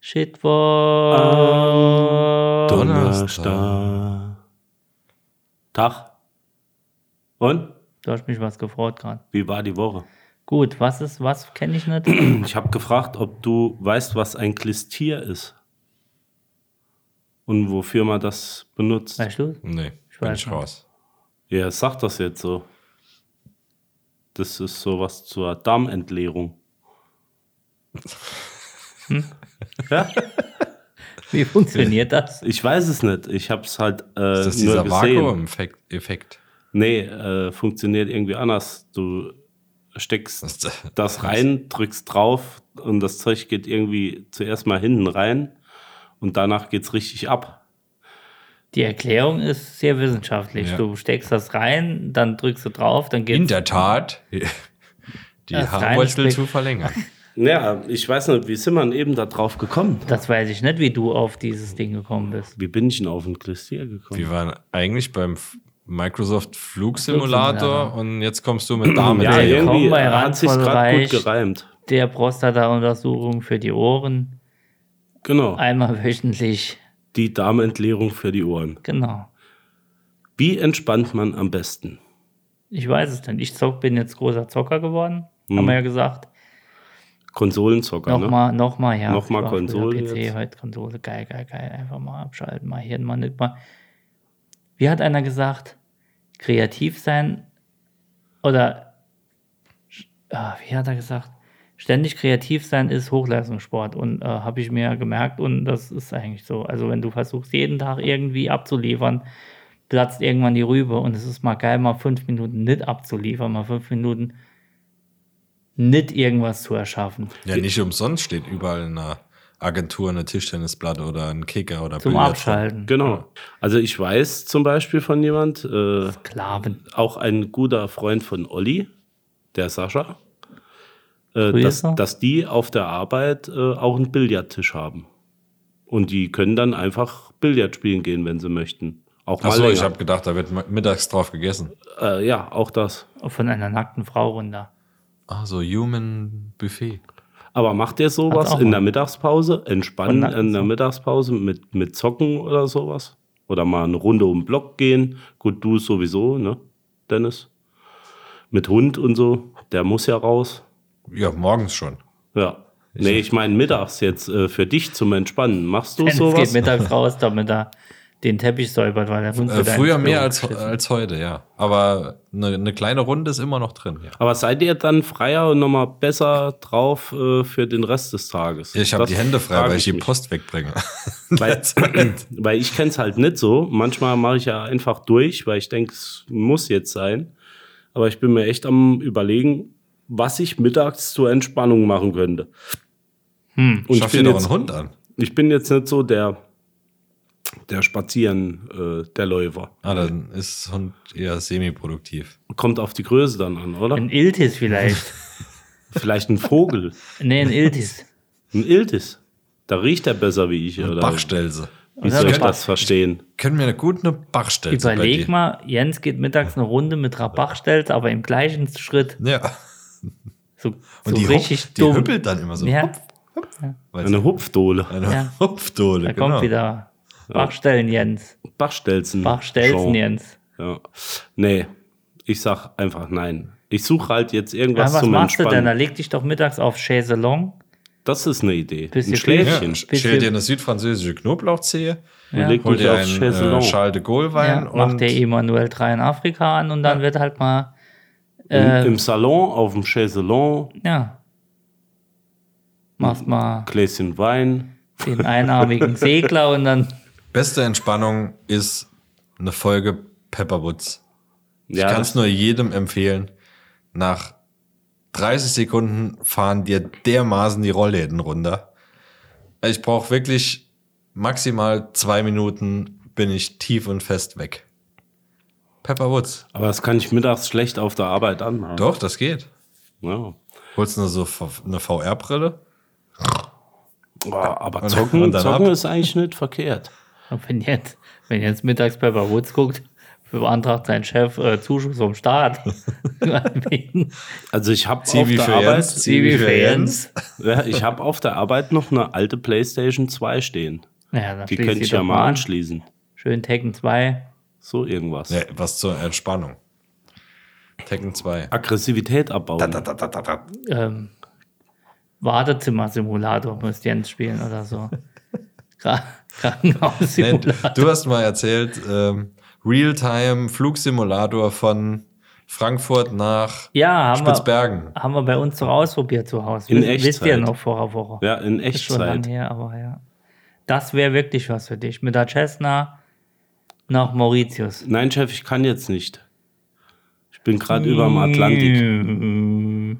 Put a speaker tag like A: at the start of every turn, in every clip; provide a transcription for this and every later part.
A: Shit Ähm. war.
B: Donnerstag. Tag. Und?
A: Du hast mich was gefreut gerade.
B: Wie war die Woche?
A: Gut, was ist, was kenne ich nicht?
B: Ich habe gefragt, ob du weißt, was ein Klistier ist. Und wofür man das benutzt.
A: Weißt du?
C: Nee, ich bin
A: weiß
C: ich
A: nicht.
C: raus.
B: Ja, sag das jetzt so. Das ist sowas zur Darmentleerung. Ja,
A: Wie funktioniert das?
B: ich weiß es nicht. Ich habe es halt äh,
C: Ist das
B: nur
C: dieser
B: gesehen.
C: Vakuum-Effekt? Effekt?
B: Nee, äh, funktioniert irgendwie anders. Du steckst
C: Was da-
B: das rein, drückst drauf und das Zeug geht irgendwie zuerst mal hinten rein und danach geht's richtig ab.
A: Die Erklärung ist sehr wissenschaftlich.
C: Ja.
A: Du steckst das rein, dann drückst du drauf, dann
C: In
A: geht
C: der Tat, die
B: Äh,
A: Das
C: Haarwurzel
A: reinsteckt-
C: zu verlängern.
B: Ja, ich weiß nicht, wie sind wir denn eben da drauf gekommen?
A: Das weiß ich nicht, wie du auf dieses Ding gekommen bist.
B: Wie bin ich denn auf den Klistier gekommen?
C: Wir waren eigentlich beim F- Microsoft Flugsimulator
A: Flugsimulator.
C: und jetzt kommst du mit Damen.
B: ja,
A: Willkommen
B: irgendwie
A: bei
B: hat sich gerade gut
A: Randvoll Reich.
B: gereimt.
A: Der Prostata-Untersuchung für die Ohren,
B: Genau.
A: einmal wöchentlich.
B: Die Darmentleerung für die Ohren.
A: Genau.
B: Wie entspannt man am besten?
A: Ich weiß es nicht. Ich zock, bin jetzt großer Zocker geworden, haben wir ja gesagt.
B: Konsolenzocker, ne?
A: Nochmal, nochmal, ja.
B: Nochmal
A: Ich war früher
B: Konsole
A: PC,
B: jetzt.
A: heute halt Konsole. Geil, geil, geil. Einfach mal abschalten, mal hier, mal nicht mal. Wie hat einer gesagt? Kreativ sein oder ah, wie hat er gesagt? Ständig kreativ sein ist Hochleistungssport und äh, habe ich mir gemerkt und das ist eigentlich so. Also wenn du versuchst, jeden Tag irgendwie abzuliefern, platzt irgendwann die Rübe und es ist mal geil, mal fünf Minuten nicht abzuliefern, mal fünf Minuten nicht irgendwas zu erschaffen.
C: Ja, nicht umsonst steht überall in einer Agentur eine Tischtennisplatte oder ein Kicker oder
A: Zum
C: Billard.
A: Abschalten.
B: Genau. Also ich weiß zum Beispiel von jemand, äh,
A: Sklaven.
B: auch ein guter Freund von Olli, der Sascha, äh,
A: Grüße.
B: dass, dass die auf der Arbeit äh, auch einen Billardtisch haben. Und die können dann einfach Billard spielen gehen, wenn sie möchten. Auch mal
C: Achso,
B: länger.
C: ich habe gedacht, da wird ma- mittags drauf gegessen.
B: äh, ja, auch das.
A: Von einer nackten Frau runter.
C: Ah, so Human Buffet.
B: Aber macht ihr sowas
A: Hat's auch
B: in
A: mal.
B: der Mittagspause? Entspannen
A: Und dann-
B: in der Mittagspause mit, mit Zocken oder sowas? Oder mal eine Runde um den Block gehen? Gut, du sowieso, ne, Dennis? Mit Hund und so, der muss ja raus.
C: Ja, morgens schon.
B: Ja. Nee, ich meine mittags jetzt äh, für dich zum Entspannen. Machst du
A: Dennis geht
B: sowas?
A: mittags raus, damit er den Teppich säubert, weil der Hund
C: Äh,
A: wieder
C: früher
A: ins
C: mehr
A: Büro
C: als,
A: geschissen.
C: als heute, ja. Aber eine, eine kleine Runde ist immer noch drin, ja.
B: Aber seid ihr dann freier und nochmal besser drauf äh, für den Rest des Tages?
C: Ich habe
B: Das
C: die Hände frei,
B: frage
C: weil ich die
B: mich.
C: Post wegbringe.
B: Weil, weil ich kenne es halt nicht so. Manchmal mache ich ja einfach durch, weil ich denke, es muss jetzt sein. Aber ich bin mir echt am überlegen, was ich mittags zur Entspannung machen könnte. Und ich
C: Hm, Schaff dir
B: bin,
C: doch einen
B: jetzt,
C: Hund an.
B: ich bin jetzt nicht so der, der Spazieren, äh, der Läufer.
C: Ah, dann ist Hund eher semi-produktiv.
B: Kommt auf die Größe dann an, oder?
A: Ein Iltis vielleicht.
B: Vielleicht ein Vogel,
A: nee, ein Iltis.
B: ein Iltis. Da riecht er besser wie ich. Oder
C: Bachstelze.
B: wie soll ich
A: Bach.
B: das verstehen?
C: Können wir gut eine Bachstelze Also bei
A: Überleg
C: dir-
A: mal, Jens geht mittags eine Runde mit Rabachstelz, aber im gleichen Schritt.
C: Ja.
A: So, so
C: Und die,
A: richtig
C: hup, die
A: dumm.
C: hüppelt dann immer so.
A: ja,
C: Weil sie-
B: Eine Hupfdohle.
C: eine
A: Ja.
C: Hupfdohle,
A: da
C: genau.
A: kommt wieder Bachstellen Jens.
B: Bachstelzen.
A: Bachstelzen
B: Jean.
A: Jens.
B: Ja. Nee, ich sag einfach nein. Ich suche halt jetzt
A: Ja,
B: irgendwas
A: was
B: zum
A: machst du denn? Da
B: Entspannen.
A: leg dich doch mittags auf Chaiselong.
B: Das ist eine Idee.
A: Bisschen
B: Ein
C: Ja,
B: Schläfchen.
A: Bisschen-
C: schält dir eine südfranzösische Knoblauchzehe,
A: Ja.
B: Leg
C: hol
B: mich
C: dir
B: aufs
C: einen äh,
B: Chaiselon.
C: Charles de Gaulle Wein
A: ja,
C: und
A: macht der Emanuel 3 in Afrika an und dann wird halt mal, Äh,
B: Im- Im Salon, auf dem Chaiselon,
A: ja, machst mal
B: Gläschen Wein.
A: den einarmigen Segler und dann
C: beste Entspannung ist eine Folge Pepperwoods. ich
B: Ja,
C: kann es nur jedem empfehlen. Nach 30 Sekunden fahren dir dermaßen die Rollläden runter. Ich brauche wirklich maximal zwei Minuten, bin ich tief und fest weg. Pepper Woods.
B: aber das kann ich mittags schlecht auf der Arbeit anmachen.
C: Doch, das geht.
B: Ja.
C: Holst du so V- eine VR-Brille?
B: Boah, aber
C: Und-
B: zocken,
C: und dann
B: zocken
C: ab.
B: ist eigentlich nicht verkehrt.
A: Und wenn jetzt, wenn jetzt mittags Pepper Woods guckt, beantragt sein Chef äh, Zuschuss vom Staat. Wegen
B: Also ich habe auf
C: Zivi
B: der
C: für
B: Arbeit,
C: Jens.
A: Zivi für Jens.
B: ja, ich habe auf der Arbeit noch eine alte PlayStation 2 stehen.
A: Naja, dann
B: Die
A: schließ
B: könnte
A: die
B: ich ja
A: doch
B: mal
A: an.
B: anschließen.
A: Schön Tekken 2.
B: So irgendwas.
C: Ja, was zur Entspannung. Tekken 2.
B: Aggressivität abbauen.
C: Da, da, da, da, da, da.
A: ähm, Wartezimmer-Simulator müsst Jens spielen oder so. Kra-
C: Nee, du
A: Krankenhaus-Simulator.
C: du hast mal erzählt, ähm, Realtime-Flugsimulator von Frankfurt nach
A: Ja, haben wir,
C: Spitzbergen.
A: haben wir bei uns doch ausprobiert zu Hause.
B: In
A: Wisst- Wisst ihr
B: Echtzeit.
A: noch vor einer Woche?
B: Ja, in
A: Ist schon lange
B: Echtzeit.
A: her, aber ja. Das wäre wirklich was für dich. Mit der Cessna nach Mauritius.
B: Nein, Chef, ich kann jetzt nicht. Ich bin gerade über dem Atlantik.
A: Mm.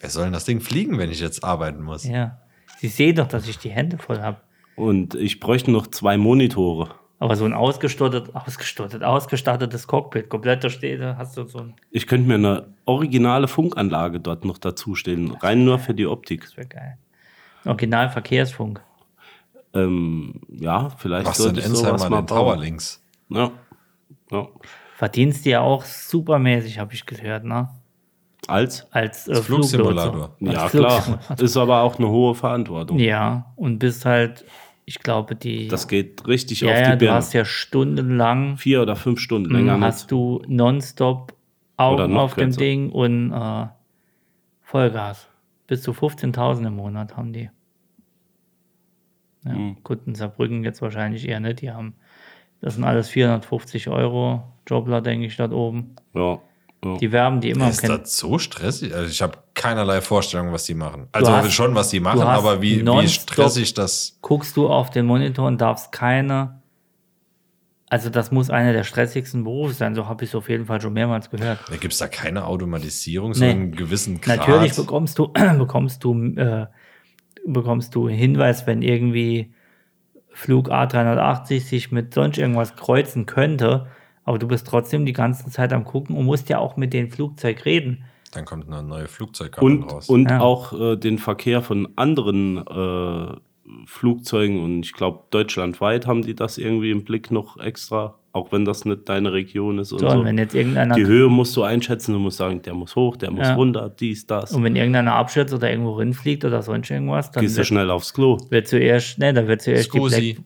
C: Wer soll denn das Ding fliegen, wenn ich jetzt arbeiten muss?
A: Ja. Sie sehen doch, dass ich die Hände voll habe.
B: Und ich bräuchte noch zwei Monitore.
A: Aber so ein ausgestattet, ausgestattet, ausgestattetes Cockpit, komplett da steht, da hast du so ein.
B: Ich könnte mir eine originale Funkanlage dort noch dazustellen. Rein nur für die Optik.
A: Das wäre geil. Originalverkehrsfunk.
B: Ähm, ja, vielleicht
C: Machst du in
B: sollte ich
C: Ensheim
B: sowas
C: an
B: mal
C: den Tower
B: bauen.
C: links?
B: Ja. ja.
A: Verdienst du ja auch supermäßig, habe ich gehört, ne?
B: Als?
A: Als äh,
C: Als Flugsimulator.
A: Fluglotse. Als
B: Ja, klar.
A: Flugsimulator.
B: Ist aber auch eine hohe Verantwortung.
A: Ja, und bist halt, ich glaube, die.
B: Das geht richtig
A: ja,
B: auf die
A: ja, du
B: Birne.
A: hast ja stundenlang
B: Vier oder fünf Stunden länger
A: Mm, hast
B: nicht.
A: du nonstop
B: halt. Oder
A: Augen
B: noch
A: auf dem
B: kürzer.
A: Ding und äh, Vollgas. Bis zu 15.000 im Monat haben die. Ja,
B: Mm.
A: Gut, in Saarbrücken jetzt wahrscheinlich eher nicht. Die haben, das sind alles 450 Euro Jobler, denke ich, dort oben.
B: Ja. ja.
A: Die werben die immer.
C: Ist
A: Ken-
C: das so stressig? Also ich habe keinerlei Vorstellung, was die machen. Also
A: hast-
C: schon, was die machen,
A: hast
C: aber wie, wie
A: nonstop-
C: stressig das.
A: guckst du auf den Monitor und darfst keine. Also, das muss einer der stressigsten Berufe sein. So habe ich es auf jeden Fall schon mehrmals gehört.
C: Da gibt es da keine Automatisierung, so
A: Nee.
C: einen gewissen Grad.
A: Natürlich bekommst du, bekommst du, äh, bekommst du einen Hinweis, wenn irgendwie Flug A380 sich mit sonst irgendwas kreuzen könnte, aber du bist trotzdem die ganze Zeit am gucken und musst ja auch mit dem Flugzeug reden.
C: Dann kommt eine neue Flugzeugkabel
B: Und,
C: raus.
B: und
A: Ja.
B: auch äh, den Verkehr von anderen äh, Flugzeugen und ich glaube, deutschlandweit haben die das irgendwie im Blick noch extra, auch wenn das nicht deine Region ist. Und
A: So,
B: so.
A: und wenn jetzt irgendeiner
B: Also Die Höhe musst du einschätzen, du musst sagen, der muss hoch, der muss
A: Ja.
B: runter, dies, das.
A: und wenn irgendeiner abstürzt oder irgendwo rinfliegt oder sonst irgendwas, dann
B: Gehst du
A: wird,
B: schnell aufs Klo.
A: wird zuerst, ne, dann wird zuerst die
C: Scusi,
A: Black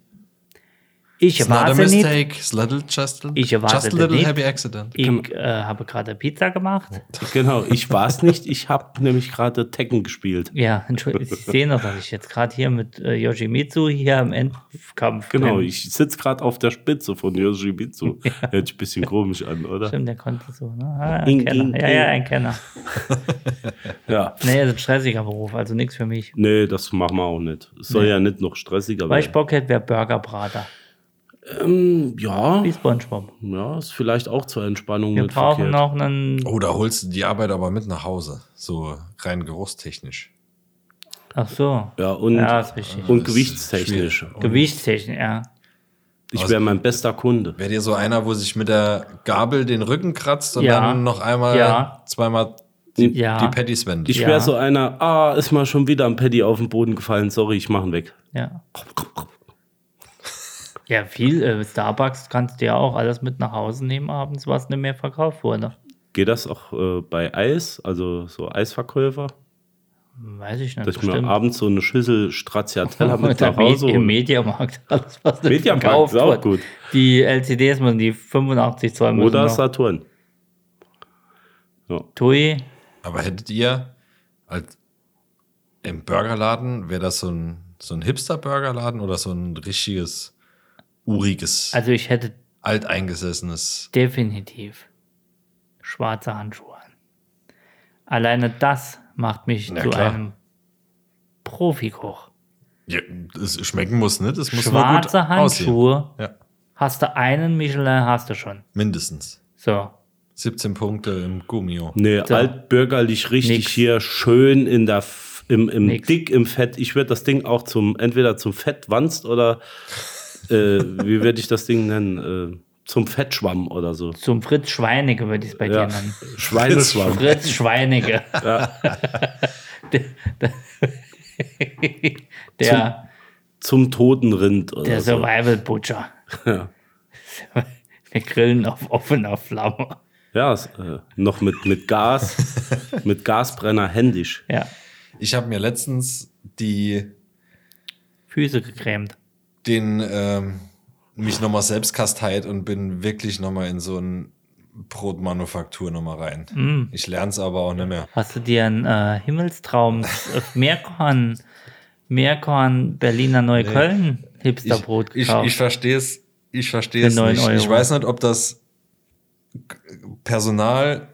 A: Ich
C: it's not a
A: warte nicht.
C: mistake, it's little just,
A: Ich erwarte
C: just a little
A: nicht.
C: happy accident.
A: Ich äh, habe gerade Pizza gemacht.
B: Genau, ich war es nicht, ich habe nämlich gerade Tekken gespielt.
A: Ja, Entschuldigung, Sie sehen doch, dass ich jetzt gerade hier mit äh, Yoshimitsu hier im Endkampf
B: Genau,
A: bin.
B: ich sitze gerade auf der Spitze von Yoshimitsu. Hört sich ein bisschen komisch an, oder?
A: Stimmt, der konnte so, ne? Ah, ein
B: Ding,
A: Kenner.
B: ding,
A: Ja,
B: ding.
A: ja, ein Kenner.
B: Ja.
A: Nee, das ist ein stressiger Beruf, also nichts für mich.
B: Nee, das machen wir auch nicht. Es soll
A: Nee.
B: ja nicht noch stressiger
A: Weil ich
B: werden.
A: Bock hätte, wäre Burgerbrater.
B: Ähm, ja,
A: Wie Spongebob.
B: ja, ist vielleicht auch zur Entspannung
A: Wir
B: nicht
A: brauchen
B: verkehrt.
A: noch einen.
C: Oh, da holst du die Arbeit aber mit nach Hause. So rein geruchstechnisch.
A: Ach so.
B: Ja, und,
A: Ja, ist richtig.
B: und
C: Das ist
B: gewichtstechnisch.
C: schwierig.
A: Gewichtstechnik, ja.
B: Ich wäre mein bester Kunde.
C: Wäre dir so einer, wo sich mit der Gabel den Rücken kratzt und
A: Ja.
C: dann noch einmal,
A: Ja.
C: zweimal die,
A: Ja.
C: die Patties wendet?
B: Ich
A: Ja.
B: wäre so einer, ah, ist mal schon wieder ein Paddy auf den Boden gefallen, sorry, ich mach ihn weg.
A: Ja. Ja, viel. Äh, Starbucks kannst du ja auch alles mit nach Hause nehmen abends, was nicht mehr verkauft wurde.
B: Geht das auch äh, bei Eis, also so Eisverkäufer,
A: Weiß ich nicht.
B: dass ich mir
A: bestimmt.
B: abends so eine Schüssel Stracciatella mit
A: Der
B: nach Hause
A: Me- Im
B: hole?
A: Mediamarkt. Alles, was nicht
B: Mediamarkt
A: verkauft
B: ist auch
A: wird.
B: gut.
A: Die LCDs müssen die 85 Zoll müssen
B: Oder
A: noch.
B: Saturn. Ja.
A: Tui.
C: Aber hättet ihr als im Burgerladen, wäre das so ein, so ein Hipster-Burgerladen oder so ein richtiges, uriges,
A: Also ich hätte
C: alteingesessenes?
A: definitiv schwarze Handschuhe an. Alleine das macht mich
C: Na
A: zu
C: klar.
A: einem Profikoch.
C: Ja, es schmecken muss nicht, es muss nur
A: Schwarze
C: gut aussehen.
A: Handschuhe.
C: Ja,
A: Hast du einen Michelin, hast du schon.
C: mindestens.
A: So.
C: 17 Punkte im Gummio.
B: Nee,
A: So.
B: Ne, altbürgerlich richtig
A: Nix.
B: hier schön in der F- im, im
A: Nix.
B: dick im Fett. Ich würde das Ding auch zum entweder zum Fettwanst oder äh, wie würde ich das Ding nennen? Äh, zum Fettschwamm oder so.
A: Zum Fritz Schweinige würde ich es bei dir
B: Ja.
A: nennen.
B: Schweineschwamm.
A: Fritz Schweinige. der, der,
B: Zum toten Rind oder
A: der
B: so.
C: Also.
A: Survival Butcher. Wir grillen auf offener Flamme.
B: Ja, es, äh, noch mit, mit Gas, mit Gasbrenner händisch.
A: Ja,
C: Ich habe mir letztens die,
A: Füße gecremt.
C: den, ähm, mich nochmal selbst kasteit und bin wirklich nochmal in so ein Brotmanufaktur nochmal rein.
A: Mm.
C: Ich lerne es aber auch nicht mehr.
A: Hast du dir einen äh, Himmelstraum äh, Meerkorn, Meerkorn Berliner Neukölln Hipsterbrot
C: ich,
A: gekauft?
C: Ich, ich verstehe es. Ich verstehe es
A: Für neun
C: nicht. Ich
A: Euro.
C: weiß nicht, ob das Personal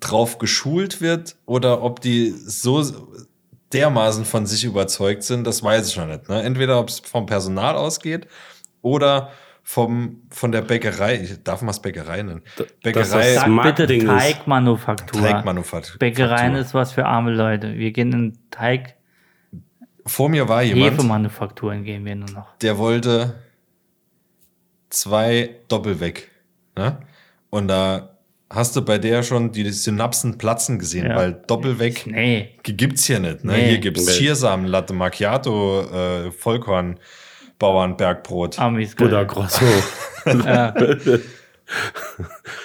C: drauf geschult wird oder ob die so dermaßen von sich überzeugt sind, das weiß ich noch nicht. Ne? Entweder ob es vom Personal ausgeht oder vom, von der Bäckerei. Ich darf man es Bäckerei nennen?
B: das
C: Bäckerei,
B: ist-
A: Sag bitte
B: Marketing ist-
A: Teigmanufaktur.
C: Teigmanufaktur.
A: Bäckereien ist was für arme Leute. Wir gehen in Teig
C: Vor mir war jemand,
A: Hefemanufakturen gehen wir nur noch.
C: der wollte zwei Doppelweg. Ne? Und da hast du bei der schon die Synapsen platzen gesehen,
A: Ja.
C: weil Doppelweg
A: Nee,
C: gibt's hier nicht. Ne?
A: Nee.
C: Hier gibt's
B: Nee.
C: Schiersamen, Latte Macchiato, äh, Vollkorn, Bauernbergbrot.
A: Amis geil.
B: Oder Grosso.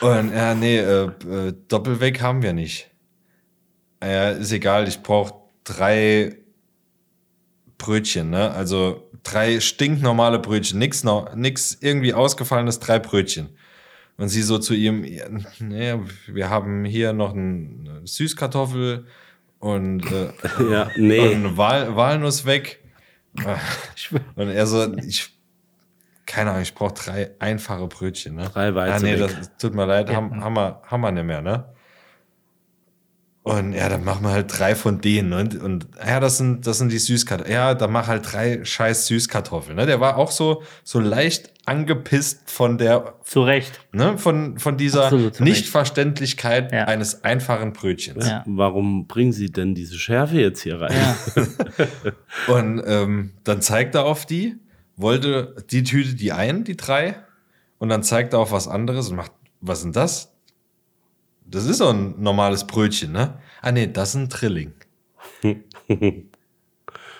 C: Und ja, nee, äh, äh, Doppelweg haben wir nicht. Äh, ist egal, ich brauche drei Brötchen, ne? Also drei stinknormale Brötchen, nix, no, nix irgendwie ausgefallenes, drei Brötchen. Und sie so zu ihm, ja, nee, wir haben hier noch ein- eine Süßkartoffel und, äh,
B: ja,
A: Oh,
B: nee.
C: und Wal Walnuss weg. Und er so, ich, keine Ahnung, ich brauche drei einfache Brötchen. Ne?
B: Drei Weizen
C: Ah, nee,
B: weg.
C: das tut mir leid, haben, haben, wir, haben wir nicht mehr, ne? Und ja, dann machen wir halt drei von denen. Und, und ja, das sind, das sind die Süßkartoffeln. Ja, dann mach halt drei scheiß Süßkartoffeln. Ne? Der war auch so, so leicht angepisst von der,
A: Zu Recht.
C: ne, von, von dieser
A: Absolut, zu Recht.
C: Nichtverständlichkeit
A: Ja.
C: eines einfachen Brötchens.
A: Ja.
B: Warum bringen sie denn diese Schärfe jetzt hier rein?
A: Ja.
C: Und ähm, dann zeigt er auf die, wollte die Tüte die ein, die drei, und dann zeigt er auf was anderes und macht, was sind das? Das ist so ein normales Brötchen, ne? Ah nee, das ist ein Trilling.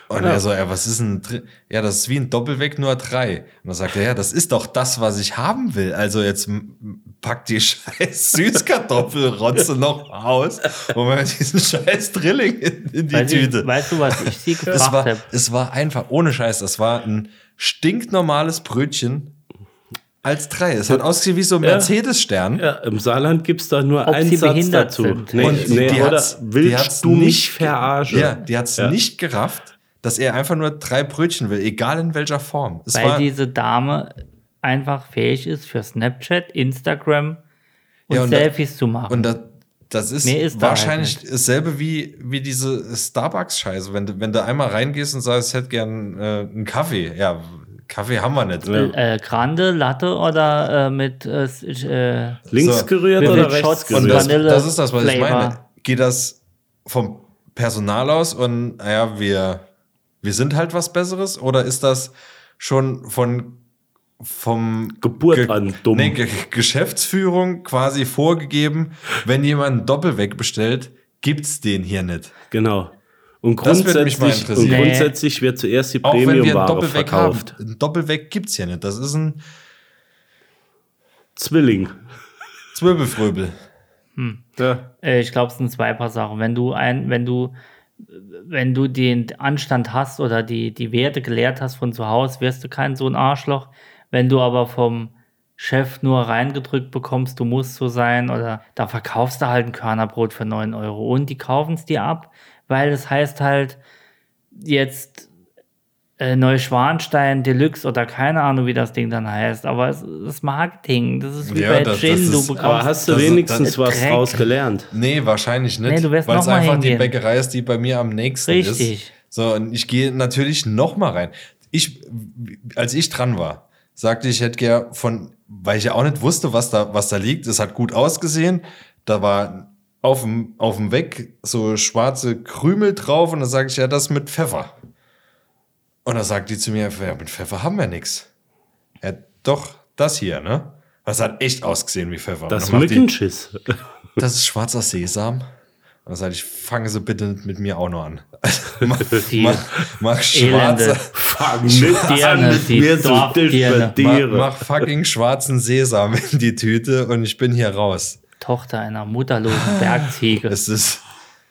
C: Und er so, ja, was ist ein Tri Ja, das ist wie ein Doppelweg, nur drei. Und dann sagt er, ja, das ist doch das, was ich haben will. Also jetzt m- m- pack die scheiß Süßkartoffelrotze noch mal aus und mach diesen scheiß Trilling in, in die
A: weißt,
C: Tüte.
A: Du, weißt du, was ich sie
C: Es
A: gefragt
C: war,
A: habe?
C: es war einfach, ohne Scheiß, das war ein stinknormales Brötchen als drei. Es hat ausgesehen wie so ein Mercedes-Stern.
B: Ja, Im Saarland gibt es da nur
A: Ob
B: einen
A: sie
B: Satz
A: behindert
B: dazu.
A: sind.
B: Nee,
A: Und
B: nee,
C: die
B: oder
C: hat's- die hat's
B: willst du mich
C: nicht-
B: verarschen?
C: Ja, die hat es
B: Ja.
C: nicht gerafft, dass er einfach nur drei Brötchen will, egal in welcher Form. Es
A: Weil
C: war,
A: diese Dame einfach fähig ist für Snapchat, Instagram und,
C: Ja, und da-
A: Selfies zu machen.
C: und das, das ist,
A: Mehr ist da
C: wahrscheinlich
A: halt
C: dasselbe wie, wie diese Starbucks-Scheiße. Wenn, du- wenn du einmal reingehst und sagst, ich hätte gern äh, einen Kaffee. Ja, Kaffee haben wir nicht.
A: äh, Grande, Latte oder äh, mit äh, s- äh,
B: Links
C: So.
B: gerührt
A: Wie viel
B: oder rechts
A: Shots
C: Und
A: Gesund.
C: das,
B: gerührt?
A: Vanille
C: das ist das, was ich
A: Flavor.
C: meine. Geht das vom Personal aus und naja, wir, wir sind halt was Besseres? Oder ist das schon von vom
B: Geburt an dumm.
C: Nee, Ge Geschäftsführung quasi vorgegeben, wenn jemand einen Doppelweg bestellt, gibt's den hier nicht.
B: Genau. Und
C: Das würde mich mal
B: grundsätzlich, und
C: interessieren.
A: Nee.
B: grundsätzlich wird zuerst die
C: Auch wenn wir einen
B: Premium-Ware
C: Doppelweg
B: verkauft.
C: haben. Einen Doppelweg gibt's hier nicht. Das ist ein
B: Zwilling.
C: Zwirbelfröbel.
B: Ja.
A: Äh, Ich glaube, es sind zwei paar Sachen. Wenn du ein, wenn du, wenn du den Anstand hast oder die, die Werte gelehrt hast von zu Hause, wirst du kein so ein Arschloch. Wenn du aber vom Chef nur reingedrückt bekommst, du musst so sein oder da verkaufst du halt ein Körnerbrot für 9 Euro und die kaufen es dir ab, weil es heißt halt jetzt äh, Neuschwanstein Deluxe oder keine Ahnung, wie das Ding dann heißt, aber es ist Marketing, das ist wie
C: Ja,
A: bei
C: das- das
A: Gin,
C: ist-
A: du
C: aber
B: Aber
A: bekommst
B: hast du
C: Das-
B: wenigstens
A: das-
B: was
A: Dreck.
B: draus gelernt?
C: Nee, wahrscheinlich nicht.
A: Nee, du wirst
C: Weil es
A: noch mal
C: einfach die
A: hingehen.
C: Bäckerei ist, die bei mir am nächsten ist.
A: Richtig.
C: So, und ich gehe natürlich noch mal rein. Ich, als ich dran war, sagte ich, ich hätte gern von, weil ich ja auch nicht wusste, was da, was da liegt. Es hat gut ausgesehen. Da war auf dem, auf dem Weg so schwarze Krümel drauf und dann sage ich, ja, das mit Pfeffer. Und dann sagt die zu mir, ja, mit Pfeffer haben wir nichts. Ja, doch, das hier, ne? Das hat echt ausgesehen wie Pfeffer. Und
B: Das
C: dann macht die-
B: Mückenschiss.
C: das ist schwarzer Sesam. Und dann sage ich, fangen Sie bitte mit mir auch noch an. mach,
A: Die
C: mach, mach
A: Elende.
C: schwarze,
B: Fang nicht an,
A: Dirne,
B: mit
A: die
B: mir zu
A: Dorfdirne.
C: mach,
B: disputieren.
C: mach fucking schwarzen Sesam in die Tüte und ich bin hier raus.
A: Tochter einer mutterlosen Bergziege.
C: Es ist,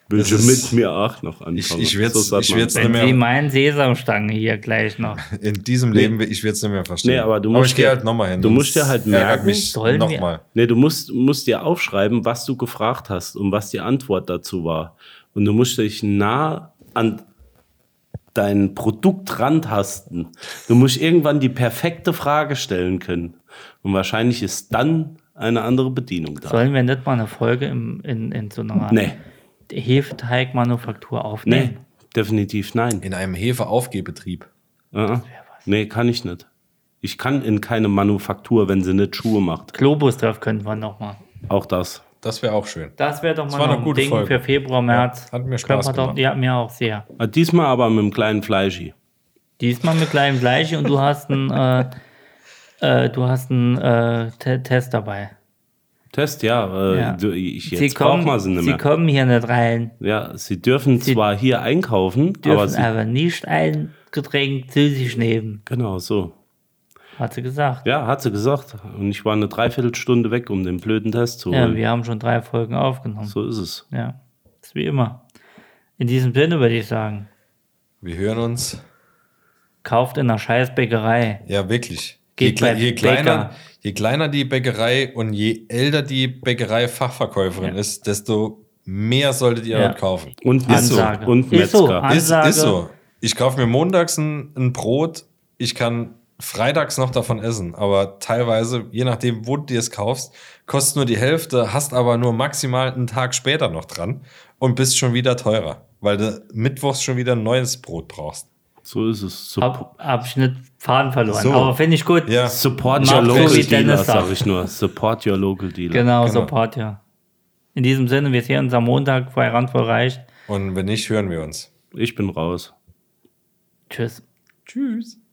B: Willst du
C: Das ist-
B: mit mir auch noch anfangen?
C: ich, ich werde es
B: sagt
C: ich
B: man.
C: werd's nicht
A: Wenn Sie
C: mehr,
A: meinen Sesamstangen hier gleich noch.
C: in diesem Leben, ich werde es nicht mehr verstehen.
B: Nee, aber du musst
C: ich gehe
B: dir-
C: halt nochmal hin.
B: du musst dir halt
C: Ärgert
B: merken,
C: mich
A: sollen wir-
C: nochmal.
B: Nee, Ne, du musst, musst dir aufschreiben, was du gefragt hast und was die Antwort dazu war. Und du musst dich nah an dein Produkt rantasten. Du musst irgendwann die perfekte Frage stellen können. Und wahrscheinlich ist dann eine andere Bedienung da. Ne,
A: Sollen wir nicht mal eine Folge im, in, in so einer
B: Nee.
A: Hefeteigmanufaktur
B: Nee,
A: aufnehmen?
B: definitiv nein.
C: In einem Hefeaufgehbetrieb.
B: Uh-uh. Nee, kann ich nicht. Ich kann in keine Manufaktur, wenn sie nicht Schuhe macht.
A: Globus-Treff könnten wir noch mal.
B: Auch das.
C: Das wäre auch schön.
A: Das wäre doch mal
C: war eine
A: noch ein
C: gute
A: Ding
C: Folge.
A: für Februar, März.
C: hat mir
A: Können
C: Spaß
A: wir doch-
C: gemacht.
A: Ja, mir auch sehr.
B: Ah, Diesmal aber mit dem kleinen Fleischi.
A: Diesmal mit kleinem Fleisch und du hast einen, äh, äh, du hast einen äh, Te Test dabei.
B: Test, ja. Äh,
A: Ja.
B: du- Ich,
A: sie,
B: jetzt braucht
A: kommen,
B: man sie nicht
A: sie
B: mehr.
A: kommen hier nicht rein,
B: Ja, sie dürfen zwar hier einkaufen,
A: dürfen
B: aber
A: aber,
B: sie,
A: nicht ein Getränk zu sich nehmen,
B: genau so.
A: hat sie gesagt.
B: Ja, hat sie gesagt. Und ich war eine Dreiviertelstunde weg, um den blöden Test zu
A: Ja,
B: holen.
A: wir haben schon drei Folgen aufgenommen.
B: So ist es.
A: Ja, ist wie immer. In diesem Sinne würde ich sagen,
C: Wir hören uns.
A: kauft in einer Scheißbäckerei.
C: Ja, wirklich.
A: Geht
C: je,
A: bei
C: kle- je,
A: Bäcker.
C: kleiner, je kleiner die Bäckerei und je älter die Bäckerei-Fachverkäuferin
A: Ja.
C: ist, desto mehr solltet ihr
A: Ja.
C: dort kaufen.
B: Und
C: Ist so.
A: Ansage.
B: Metzger. Und
A: Ist so.
B: Metzger.
A: An-
C: Ist,
A: Ansage.
C: ist so. Ich kaufe mir montags ein, ein Brot, ich kann freitags noch davon essen, aber teilweise, je nachdem, wo du dir es kaufst, kostet nur die Hälfte, hast aber nur maximal einen Tag später noch dran und bist schon wieder teurer, weil du mittwochs schon wieder ein neues Brot brauchst.
B: So ist es. Sup
A: Hab, hab ich nicht Faden verloren,
C: So.
A: aber finde ich gut.
C: Ja.
B: Support
A: Macht
B: your
A: so
B: local
A: wie
B: dealer,
A: Dennis sagt.
B: sag ich nur. Support your local dealer.
A: Genau,
C: Genau.
A: Support, ja. In diesem Sinne, wir sehen uns am Montag bei Randvoll reicht.
C: Und wenn nicht, hören wir uns.
B: Ich bin raus.
A: Tschüss.
C: Tschüss.